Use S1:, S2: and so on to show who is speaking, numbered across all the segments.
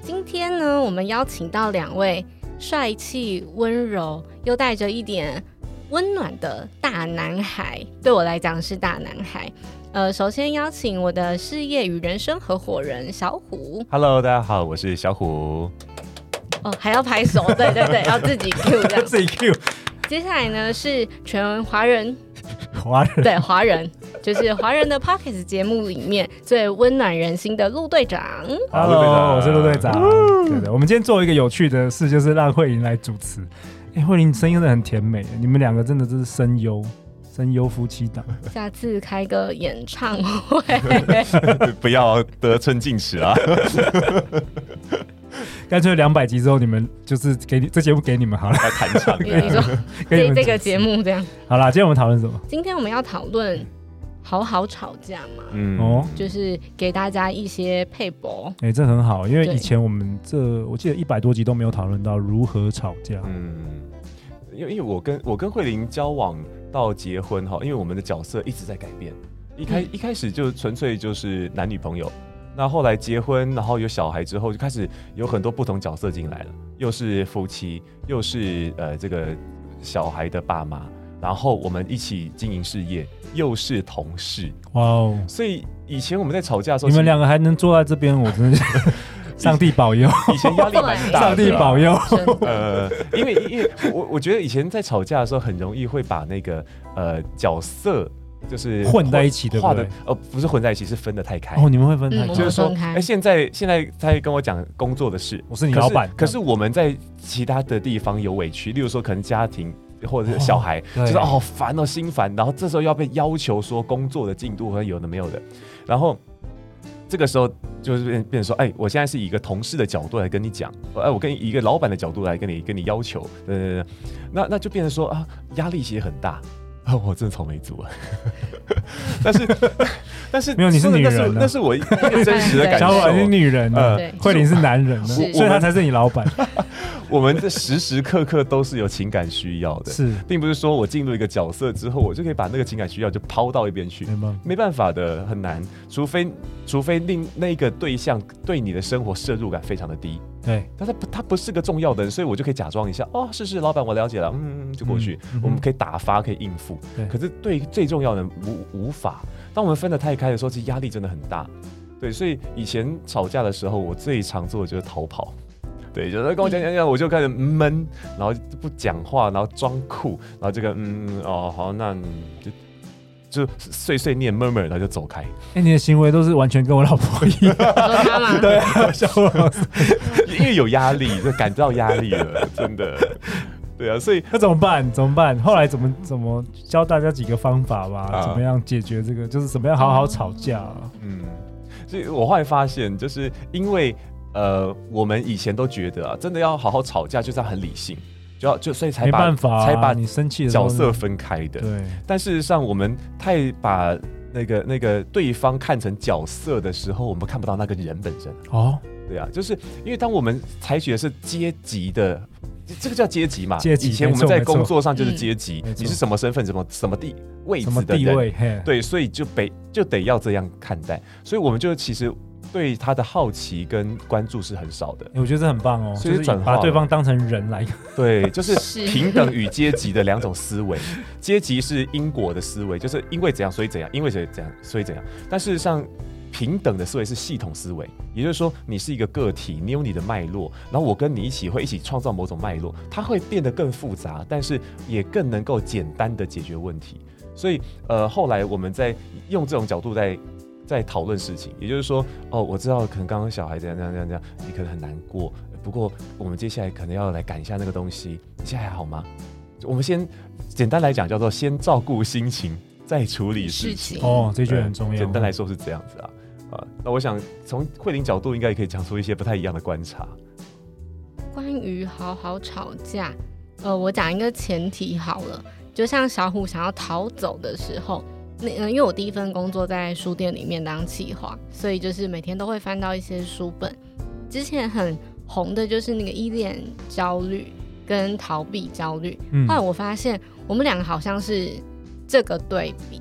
S1: 今天呢，我们邀请到两位帅气、温柔又带着一点温暖的大男孩，对我来讲是大男孩。呃，首先邀请我的事业与人生合伙人小虎。
S2: Hello，大家好，我是小虎。
S1: 哦，还要拍手，对对对，要自己 Q 这样。
S2: 己 Q
S1: 接下来呢是全华人，
S2: 华人
S1: 对华人，就是华人的 Pockets 节目里面最温暖人心的陆队长。
S2: 好陆队长嗯
S3: Hello，我是陆队长。对的，我们今天做一个有趣的事，就是让慧玲来主持。哎、慧玲声音真的很甜美，你们两个真的就是声优，声优夫妻 档。
S1: 下次开个演唱会，
S2: 不要得寸进尺啊！
S3: 干脆两百集之后，你们就是给你这节目给你 们好了，
S2: 来弹唱，
S1: 你你说
S3: 给你
S1: 这
S3: 们
S1: 这个
S3: 主持
S1: 节目这样。
S3: 好啦。今天我们讨论什么？
S1: 今天我们要讨论好好吵架嘛，
S2: 嗯
S3: 哦，
S1: 就是给大家一些配博。
S3: 哎、这很好，因为
S1: 对
S3: 以前我们这我记得一百多集都没有讨论到如何吵架。
S2: 嗯，因为因为我跟我跟慧玲交往到结婚哈，因为我们的角色一直在改变，一开、
S1: 嗯
S2: 一开始就纯粹就是男女朋友。那后来结婚，然后有小孩之后，就开始有很多不同角色进来了，又是夫妻，又是呃这个小孩的爸妈，然后我们一起经营事业，又是同事，
S3: 哇哦，
S2: 所以以前我们在吵架的时候，
S3: 你们
S2: 其实
S3: 两个还能坐在这边，我真的是 上帝保佑，
S2: 以前压力蛮大的，啊
S3: 上帝保佑。
S1: 真的
S2: 呃，因为因为 我我觉得以前在吵架的时候，很容易会把那个呃角色就是
S3: 混在一起对不
S2: 画
S3: 对
S2: 的呃不是混在一起，是分得太开。
S3: 哦，你们会分
S1: 嗯
S3: 开，
S1: 我
S2: 哎就是
S1: 们
S2: 说
S1: 分，开
S2: 哎、现在现在他跟我讲工作的事，
S3: 我是你老板
S2: 可是可是我们在其他的地方有委屈，例如说可能家庭或者是小孩，
S3: 对
S2: 就是哦好烦哦心烦，然后这时候要被要求说工作的进度和有的没有的，然后这个时候就是变变成说，哎，我现在是以一个同事的角度来跟你讲，哎，我跟以一个老板的角度来跟你跟你要求，对对对，对那那就变成说啊，压力其实很大。啊，我真的草莓族啊！ 但是， 但是
S3: 没有你是
S2: 说的
S3: 女
S2: 那是
S3: 人啊
S2: 那是我一个真实的感受。
S3: 小婉是女人啊，
S2: 呃
S3: 慧玲是男人啊，
S1: 是
S3: 所以他才是你老板。
S2: 我们这时时刻刻都是有情感需要的，
S3: 是，
S2: 并不是说我进入一个角色之后，我就可以把那个情感需要就抛到一边去
S3: 没。办法。
S2: 没办法的，很难，除非除非另那个对象对你的生活摄入感非常的低，
S3: 对，
S2: 但他不他不是个重要的人，所以我就可以假装一下，哦，是是，老板我了解了，嗯，就过去，
S3: 嗯嗯哼
S2: 我们可以打发，可以应付
S3: 对。
S2: 可是对最重要的人无无法，当我们分得太开的时候，其实压力真的很大。对，所以以前吵架的时候，我最常做的就是逃跑。对，就是跟我讲讲哎讲，我就开始闷，然后不讲话，然后装酷，然后这个嗯哦好，那你就就碎碎念 murmur，然后就走开。
S3: 哎，你的行为都是完全跟我老婆一 样。
S1: 说他嘛，
S3: 对啊，小虎老师，
S2: 因为有压力，就感到压力了，真的。对啊，所以
S3: 那怎么办？怎么办？后来怎么怎么教大家几个方法吧？
S2: 啊
S3: 怎么样解决这个？就是怎么样好好吵架啊？
S2: 嗯，所以我后来发现，就是因为呃，我们以前都觉得啊，真的要好好吵架，就是要很理性，就要就所以才
S3: 没
S2: 把
S3: 办法啊，
S2: 才把
S3: 你生气的时候
S2: 角色分开的。
S3: 对，
S2: 但事实上，我们太把那个那个对方看成角色的时候，我们看不到那个人本身。
S3: 哦，
S2: 对啊，就是因为当我们采取的是阶级的，这个叫阶级嘛。
S3: 阶级
S2: 以前我
S3: 没
S2: 们
S3: 错
S2: 在
S3: 没错
S2: 工作上就是
S1: 嗯
S2: 阶级，
S3: 没错
S2: 你是什么身份、什么什么地位
S3: 什么
S2: 置的
S3: 地
S2: 人，
S3: 位？嘿，。
S2: 对，所以就得就得要这样看待，所以我们就其实对他的好奇跟关注是很少的
S3: 哎我觉得这很棒哦，
S2: 所以
S3: 就是
S2: 转化
S3: 把
S2: 了
S3: 对方当成人来
S2: 对， 就是
S1: 是
S2: 平等与阶级的两种思维。阶级是因果的思维，就是因为怎样所以怎样，因为怎样怎样所以怎样。但事实上，平等的思维是系统思维，也就是说，你是一个个体，你有你的脉络，然后我跟你一起会一起创造某种脉络，它会变得更复杂，但是也更能够简单的解决问题。所以，呃，后来我们在用这种角度在在讨论事情，也就是说，哦，我知道可能刚刚小孩怎样怎样怎样怎样，你可能很难过，不过我们接下来可能要来赶一下那个东西，你现在还好吗？我们先简单来讲，叫做先照顾心情，再处理事
S1: 事
S2: 情。
S1: 情
S3: 哦，这句很重要。
S2: 简单来，说是这样子啊。啊，那我想从慧玲角度应该也可以讲出一些不太一样的观察。
S1: 关于好好吵架，呃，我讲一个前提好了，就像小虎想要逃走的时候，那、呃、因为我第一份工作在书店里面当企划，所以就是每天都会翻到一些书本。之前很红的就是那个依恋焦虑跟逃避焦虑，
S3: 嗯
S1: 后来我发现我们两个好像是这个对比，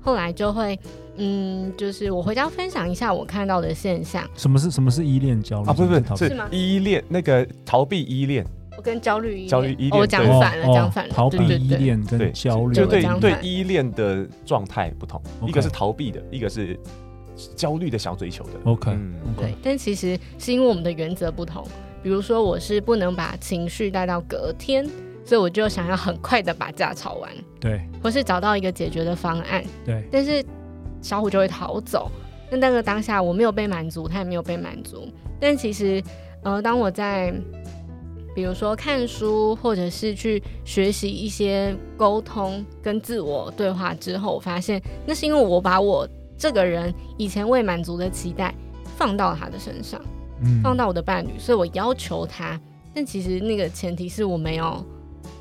S1: 后来就会。嗯，就是我回家分享一下我看到的现象，
S3: 什么是什么是依恋焦虑
S2: 啊，不是
S3: 什么
S2: 不
S3: 逃避
S2: 是，
S1: 是
S2: 是
S1: 吗
S2: 依恋那个逃避依恋，
S1: 我跟焦虑一
S2: 焦虑依恋
S1: 哦我讲
S2: 对
S1: 反了，
S3: 哦
S1: 讲
S3: 哦
S1: 反了，
S3: 逃避
S1: 对对
S3: 依
S1: 对
S3: 恋
S2: 对
S3: 跟焦虑，
S2: 就对
S1: 这样
S2: 对
S1: 看
S2: 依恋的状态不同，
S3: OK
S2: 一个是逃避的，一个是焦虑的小追求的。
S3: OK，
S2: 嗯，
S1: 对，但其实是因为我们的原则不同。比如说，我是不能把情绪带到隔天，所以我就想要很快的把架吵完，
S3: 对
S1: 或是找到一个解决的方案。
S3: 对，
S1: 但是小虎就会逃走。那那个当下我没有被满足，他也没有被满足。但其实，呃，当我在比如说看书，或者是去学习一些沟通跟自我对话之后，我发现那是因为我把我这个人以前未满足的期待放到他的身上，
S3: 嗯
S1: 放到我的伴侣，所以我要求他。但其实那个前提是我没有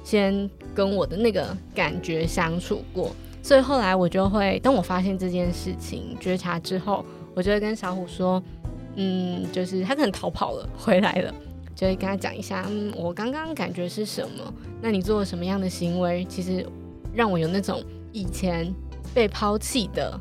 S1: 先跟我的那个感觉相处过，所以后来我就会，当我发现这件事情觉察之后，我就会跟小虎说，嗯，就是他可能逃跑了，回来了，就会跟他讲一下，嗯，我刚刚感觉是什么？那你做了什么样的行为？其实让我有那种以前被抛弃的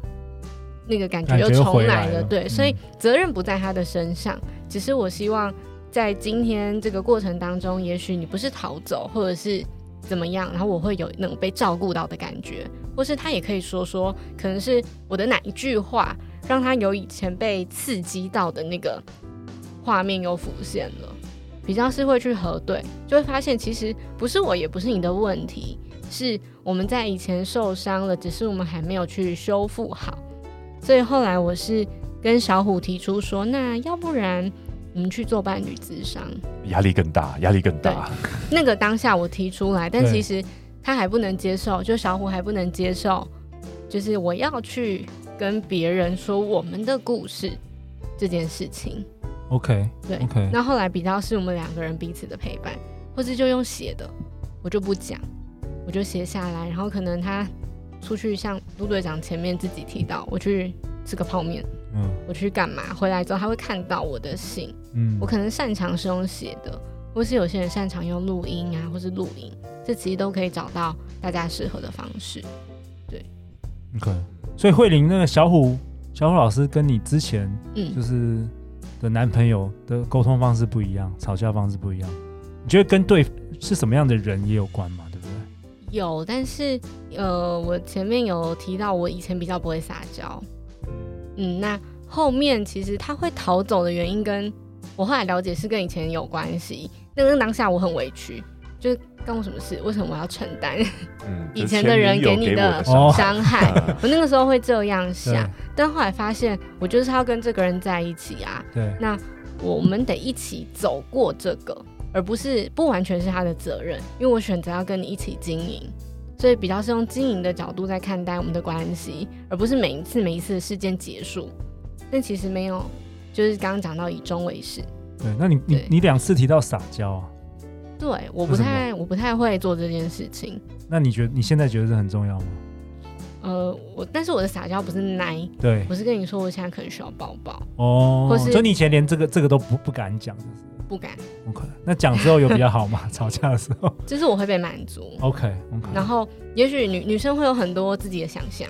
S1: 那个感觉
S3: 感觉
S1: 又
S3: 又
S1: 重
S3: 回
S1: 来
S3: 来
S1: 了，
S3: 了
S1: 对，
S3: 嗯
S1: 所以责任不在他的身上，只是我希望在今天这个过程当中，也许你不是逃走，或者是怎么样，然后我会有那种被照顾到的感觉，或是他也可以说说，可能是我的哪一句话让他有以前被刺激到的那个画面又浮现了，比较是会去核对，就会发现其实不是我，也不是你的问题，是我们在以前受伤了，只是我们还没有去修复好，所以后来我是跟小虎提出说，那要不然我们去做伴侣咨商。
S2: 压力更大，压力更大。
S1: 那个当下我提出来，但
S3: 对
S1: 其实他还不能接受，就小虎还不能接受，就是我要去跟别人说我们的故事这件事情。
S3: OK
S1: 对
S3: OK，
S1: 那后来比较是我们两个人彼此的陪伴，或是就用写的，我就不讲，我就写下来，然后可能他出去像陆队长前面自己提到，我去吃个泡面，
S3: 嗯
S1: 我去干嘛，回来之后他会看到我的信，
S3: 嗯
S1: 我可能擅长是用写的，或是有些人擅长用录音啊，或是录影，这其实都可以找到大家适合的方式。
S3: OK，所以慧玲那个小虎小虎老师跟你之前就
S1: 嗯，
S3: 是的男朋友的沟通方式不一样，吵架方式不一样，你觉得跟对是什么样的人也有关嘛？对不对？
S1: 有，但是呃，我前面有提到，我以前比较不会撒娇。嗯，那后面其实他会逃走的原因，跟我后来了解是跟以前有关系。那个当下我很委屈，就是关我什么事？为什么我要承担
S2: 嗯，
S1: 以前的人给
S2: 给
S1: 你
S2: 我
S1: 的
S2: 的伤
S3: 哦
S2: 害
S1: 伤害？
S2: 啊
S1: 我那个时候会这样想
S3: 对，
S1: 但后来发现，我就是要跟这个人在一起啊。
S3: 对
S1: 我们得一起走过这个，而不是不完全是他的责任，因为我选择要跟你一起经营，所以比较是用经营的角度在看待我们的关系，而不是每一次每一次的事件结束。但其实没有，就是刚刚讲到以终为始，
S3: 对，那你你
S1: 对
S3: 你两次提到撒娇啊，
S1: 对，我不太我不太会做这件事情。
S3: 那你觉得你现在觉得这很重要吗？
S1: 呃，我但是我的撒娇不是奶，
S3: 对
S1: 我是跟你说我现在可能需要抱抱，
S3: 哦
S1: 或，是
S3: 所以你以前连这个这个都不不敢讲就是
S1: 不敢，
S3: ，OK？那讲之后有比较好吗？ 吵架的时候
S1: 就是我会被满足。
S3: ，OK OK，
S1: 然后也许女女生会有很多自己的想象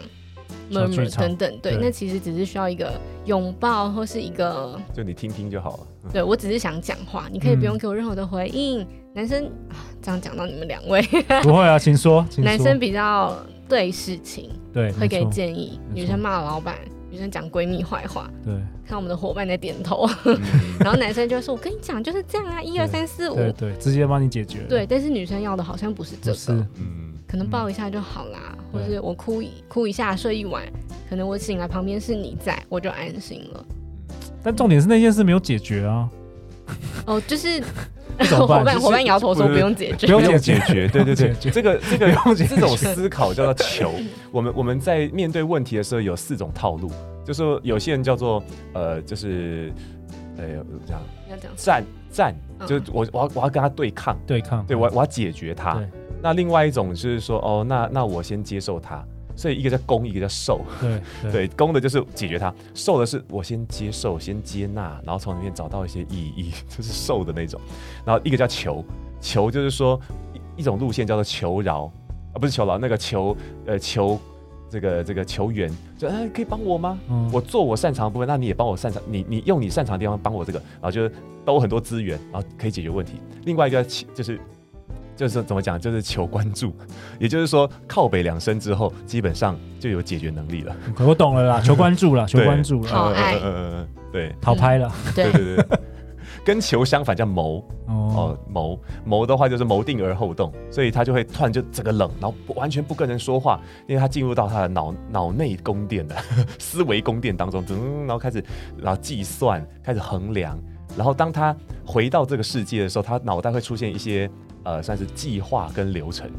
S3: 小剧
S1: ，murmur
S3: 场
S1: 等等，对，
S3: 对
S1: 那其实只是需要一个拥抱或是一个，
S2: 就你听听就好 了。嗯
S1: 对我只是想讲话，你可以不用
S3: 嗯
S1: 给我任何的回应。男生啊，这样讲到你们两位，
S3: 不会啊，请说，请说，
S1: 男生比较对事情
S3: 对
S1: 会给
S3: 没错
S1: 建议，女
S3: 没错
S1: 生骂老板，女生讲闺蜜坏话，
S3: 对
S1: 看我们的伙伴在点头，
S2: 嗯
S1: 然后男生就会说：“我跟你讲就是这样啊，一二三四五。
S3: 对对，直接帮你解决，”
S1: 对，，但是女生要的好像不是这个，
S3: 不是
S2: 嗯，
S1: 可能抱一下就好啦，或
S3: 嗯对
S1: 是我哭一哭一下睡一晚，可能我醒来旁边是你在，我就安心了。
S3: 但重点是那件事没有解决啊，
S1: 哦，就是
S3: 怎
S1: 伙
S3: 么办
S1: 伴伙伴摇头说
S2: 不
S1: 不
S2: 是
S1: 用解决
S3: 不，用
S2: 不用
S3: 解
S2: 解决，对对对
S3: 不用解决，
S2: 这个这个
S3: 不用解决
S2: 这种思考叫做求。我们我们在面对问题的时候有四种套路，就是说有些人叫做呃，就是呃，怎么讲
S1: 要这样
S2: 战战，
S1: 嗯
S2: 就是我我要我要跟他对抗，
S3: 对抗，
S2: 对我我要解决他
S3: 嗯对。
S2: 那另外一种就是说，哦，那那我先接受他，所以一个叫攻，一个叫受。
S3: 对对
S2: 对，攻的就是解决它，受的是我先接受、先接纳，然后从里面找到一些意义， 就是受的那种。然后一个叫求，求就是说一一种路线叫做求饶啊，不是求饶，那个求呃求这个这个求援，就哎可以帮我吗？
S3: 嗯
S2: 我做我擅长的部分，那你也帮我擅长，你你用你擅长的地方帮我这个，然后就是都很多资源，然后可以解决问题。另外一个其就是就是怎么讲，就是求关注，也就是说靠北两声之后，基本上就有解决能力了。
S3: 我我懂了 啦，求关注啦，求关注啦，
S1: 好爱
S2: 嗯嗯嗯嗯，对
S3: 讨拍了。
S1: 对
S2: 对对对。跟求相反叫谋
S3: 哦
S2: 哦，谋谋的话就是谋定而后动，所以他就会突然就整个冷，然后不完全不跟人说话，因为他进入到他的脑脑内宫殿的 思维宫殿当中，嗯，然后开始然后计算，开始衡量，然后当他回到这个世界的时候，他脑袋会出现一些呃算是计划跟流程，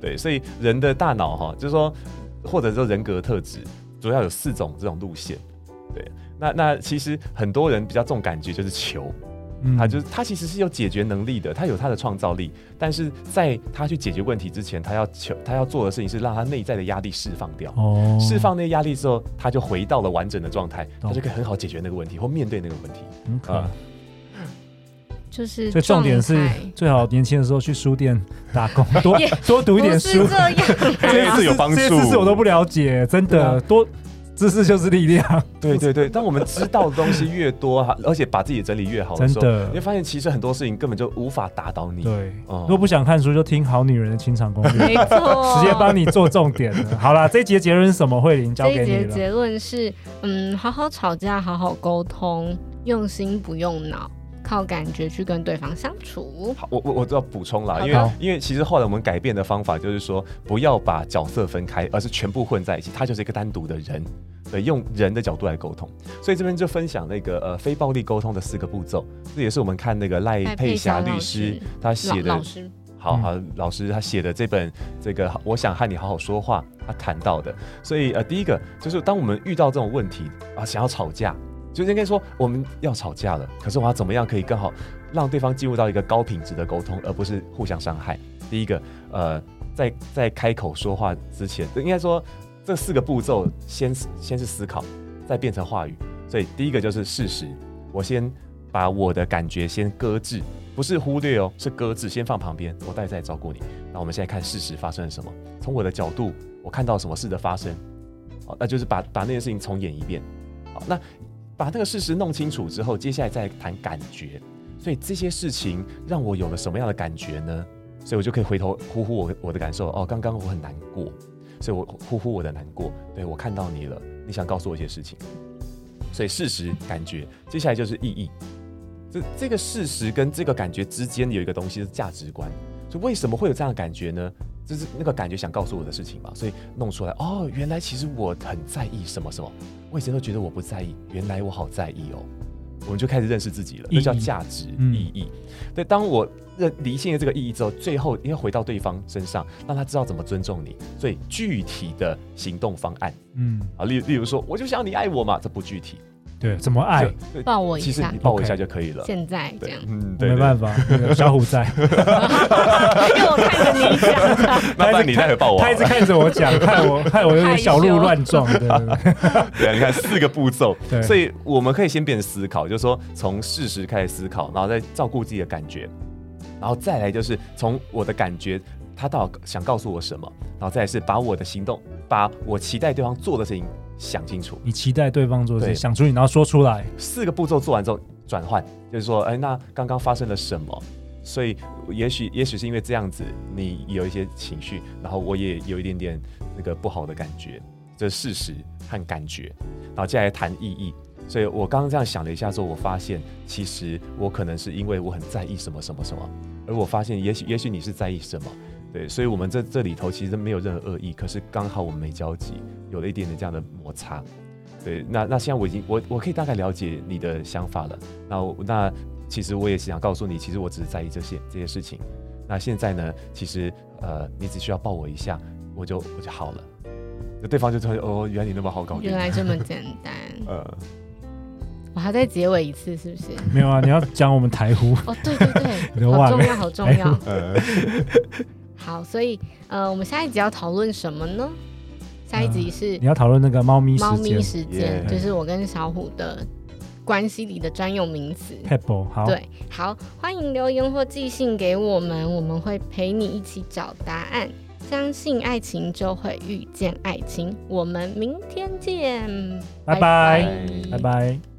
S2: 对，所以人的大脑哈，就是说或者说人格特质，主要有四种这种路线，对，那那其实很多人比较重感觉就是求。
S3: 嗯
S2: 他就是他其实是有解决能力的，他有他的创造力，但是在他去解决问题之前，他要求他要做的事情是让他内在的压力释放掉。
S3: 哦
S2: 释放那些压力之后，他就回到了完整的状态，他
S3: 懂
S2: 就可以很好解决那个问题或面对那个问题。
S3: 很可爱
S2: 啊。
S1: 就是
S3: 所以重点
S1: 状
S3: 是
S1: 态
S3: 最好年轻的时候去书店打 工，多
S1: 也
S3: 多读一点
S1: 不是
S3: 书。
S1: 这样，
S2: 这一次有帮助
S3: 这些知识我都不了解，真
S2: 对
S3: 的
S2: 啊
S3: 多知识就是力量，
S2: 对对对，当我们知道的东西越多，而且把自己整理越好的
S3: 真
S2: 时候，
S3: 的
S2: 你会。发现其实很多事情根本就无法打倒你。
S3: 对，
S2: 哦
S3: 如果不想看书，就听《好女人的情场攻略》，
S1: 没错，
S3: 直接帮你做重点了。好啦，这一集的结论是什么？慧玲交
S1: 这一
S3: 给
S1: 节
S3: 你了。
S1: 结论是，嗯，好好吵架，好好沟通，用心不用脑，靠感觉去跟对方相处。
S2: 好我我我都要补充啦，
S1: 好
S2: 因
S3: 的
S2: 为因为其实后来我们改变的方法就是说，不要把角色分开，而是全部混在一起，他就是一个单独的人，对，用人的角度来沟通。所以这边就分享那个呃非暴力沟通的四个步骤，这也是我们看那个赖
S1: 赖哎佩
S2: 佩霞
S1: 霞老
S2: 律
S1: 师
S2: 师他写
S1: 老
S2: 的
S1: 老师，
S2: 好好老师他写的这本这个我想和你好好说话，他谈到的。所以呃，第一个就是当我们遇到这种问题啊，想要吵架，就是应该说我们要吵架了，可是我要怎么样可以更好让对方进入到一个高品质的沟通，而不是互相伤害。第一个呃，在在开口说话之前，应该说这四个步骤先先是思考，再变成话语。所以第一个就是事实，我先把我的感觉先搁置，不是忽略哦，是搁置，先放旁边，我待会再来照顾你。那我们现在看事实发生了什么，从我的角度，我看到什么事的发生，好，那就是把把那件事情重演一遍。好，那把那个事实弄清楚之后，接下来再谈感觉。所以这些事情让我有了什么样的感觉呢？所以我就可以回头呼呼我我的感受。哦，刚刚我很难过，所以我呼呼我的难过。对我看到你了，你想告诉我一些事情。所以事实、感觉，接下来就是意义。这这个事实跟这个感觉之间有一个东西是价值观。所以为什么会有这样的感觉呢？就是那个感觉想告诉我的事情嘛，所以弄出来。哦，原来其实我很在意什么什么，我以前都觉得我不在意，原来我好在意哦。我们就开始认识自己了，
S3: 意义
S2: 那叫价值
S3: 嗯
S2: 意义。对，当我认理清了这个意义之后，最后应该回到对方身上，让他知道怎么尊重你。所以具体的行动方案
S3: 嗯，
S2: 啊，例例如说，我就想要你爱我嘛，这不具体。
S3: 对，怎么爱？
S2: 对，
S1: 抱我一
S2: 其实
S1: 下
S2: 你，抱我一下
S3: OK
S2: 就可以了。
S1: 现在这
S2: 对
S1: 样，，
S2: 嗯，
S3: 我
S2: 对，
S3: 没办法，那个小虎 在，
S1: 因为我看着你讲 的，
S2: 那那你待会抱我好
S3: 他一
S2: 了。
S3: 直看着我 讲，害我害我有点小鹿乱撞，对对对，，
S2: 对啊，你看四个步骤
S3: 对
S2: 所以我们可以先变成思考，就是说从事实开始思考，然后再照顾自己的感觉，然后再来就是从我的感觉，他到底想告诉我什么，然后再来是把我的行动，把我期待对方做的事情想清楚。
S3: 你期待对方做的事，
S2: 对
S3: 想出你，然后说出来，
S2: 四个步骤做完之后转换，就是说，哎，那刚刚发生了什么？所以也许也许是因为这样子，你有一些情绪，然后我也有一点点那个不好的感觉，这、是事实和感觉。然后接下来谈意义。所以我刚刚这样想了一下之后，我发现其实我可能是因为我很在意什么什么什么，而我发现也许也许你是在意什么。对，所以，我们这这里头其实没有任何恶意，可是刚好我们没交集，有了一点点这样的摩擦。对，那那现在我已经我我可以大概了解你的想法了。那我那其实我也是想告诉你，其实我只是在意这些这些事情。那现在呢，其实呃，你只需要抱我一下，我就我就好了。那对方就突然哦，原来你那么好搞定
S1: 原。来这么简单，
S2: 呃，
S1: 我还在结尾一次，是不是？
S3: 没有啊，你要讲我们 台呼，
S1: 哦，对对
S3: 你
S1: 对，
S3: 都
S1: 好
S3: 忘
S1: 重
S3: 了
S1: 要，好重 要。
S2: 呃，
S1: 好，所以呃，我们下一集要讨论什么呢？下一集是
S3: 你要讨论那个嗯猫咪
S1: 猫
S3: 时
S1: 咪
S3: 间
S1: 时间，
S2: Yeah
S1: 就是我跟小虎的关系里的专有名词。
S3: ，Pebble 好，
S1: 对，好，欢迎留言或寄信给我们，我们会陪你一起找答案。相信爱情，就会遇见爱情。我们明天见，
S3: 拜拜拜拜。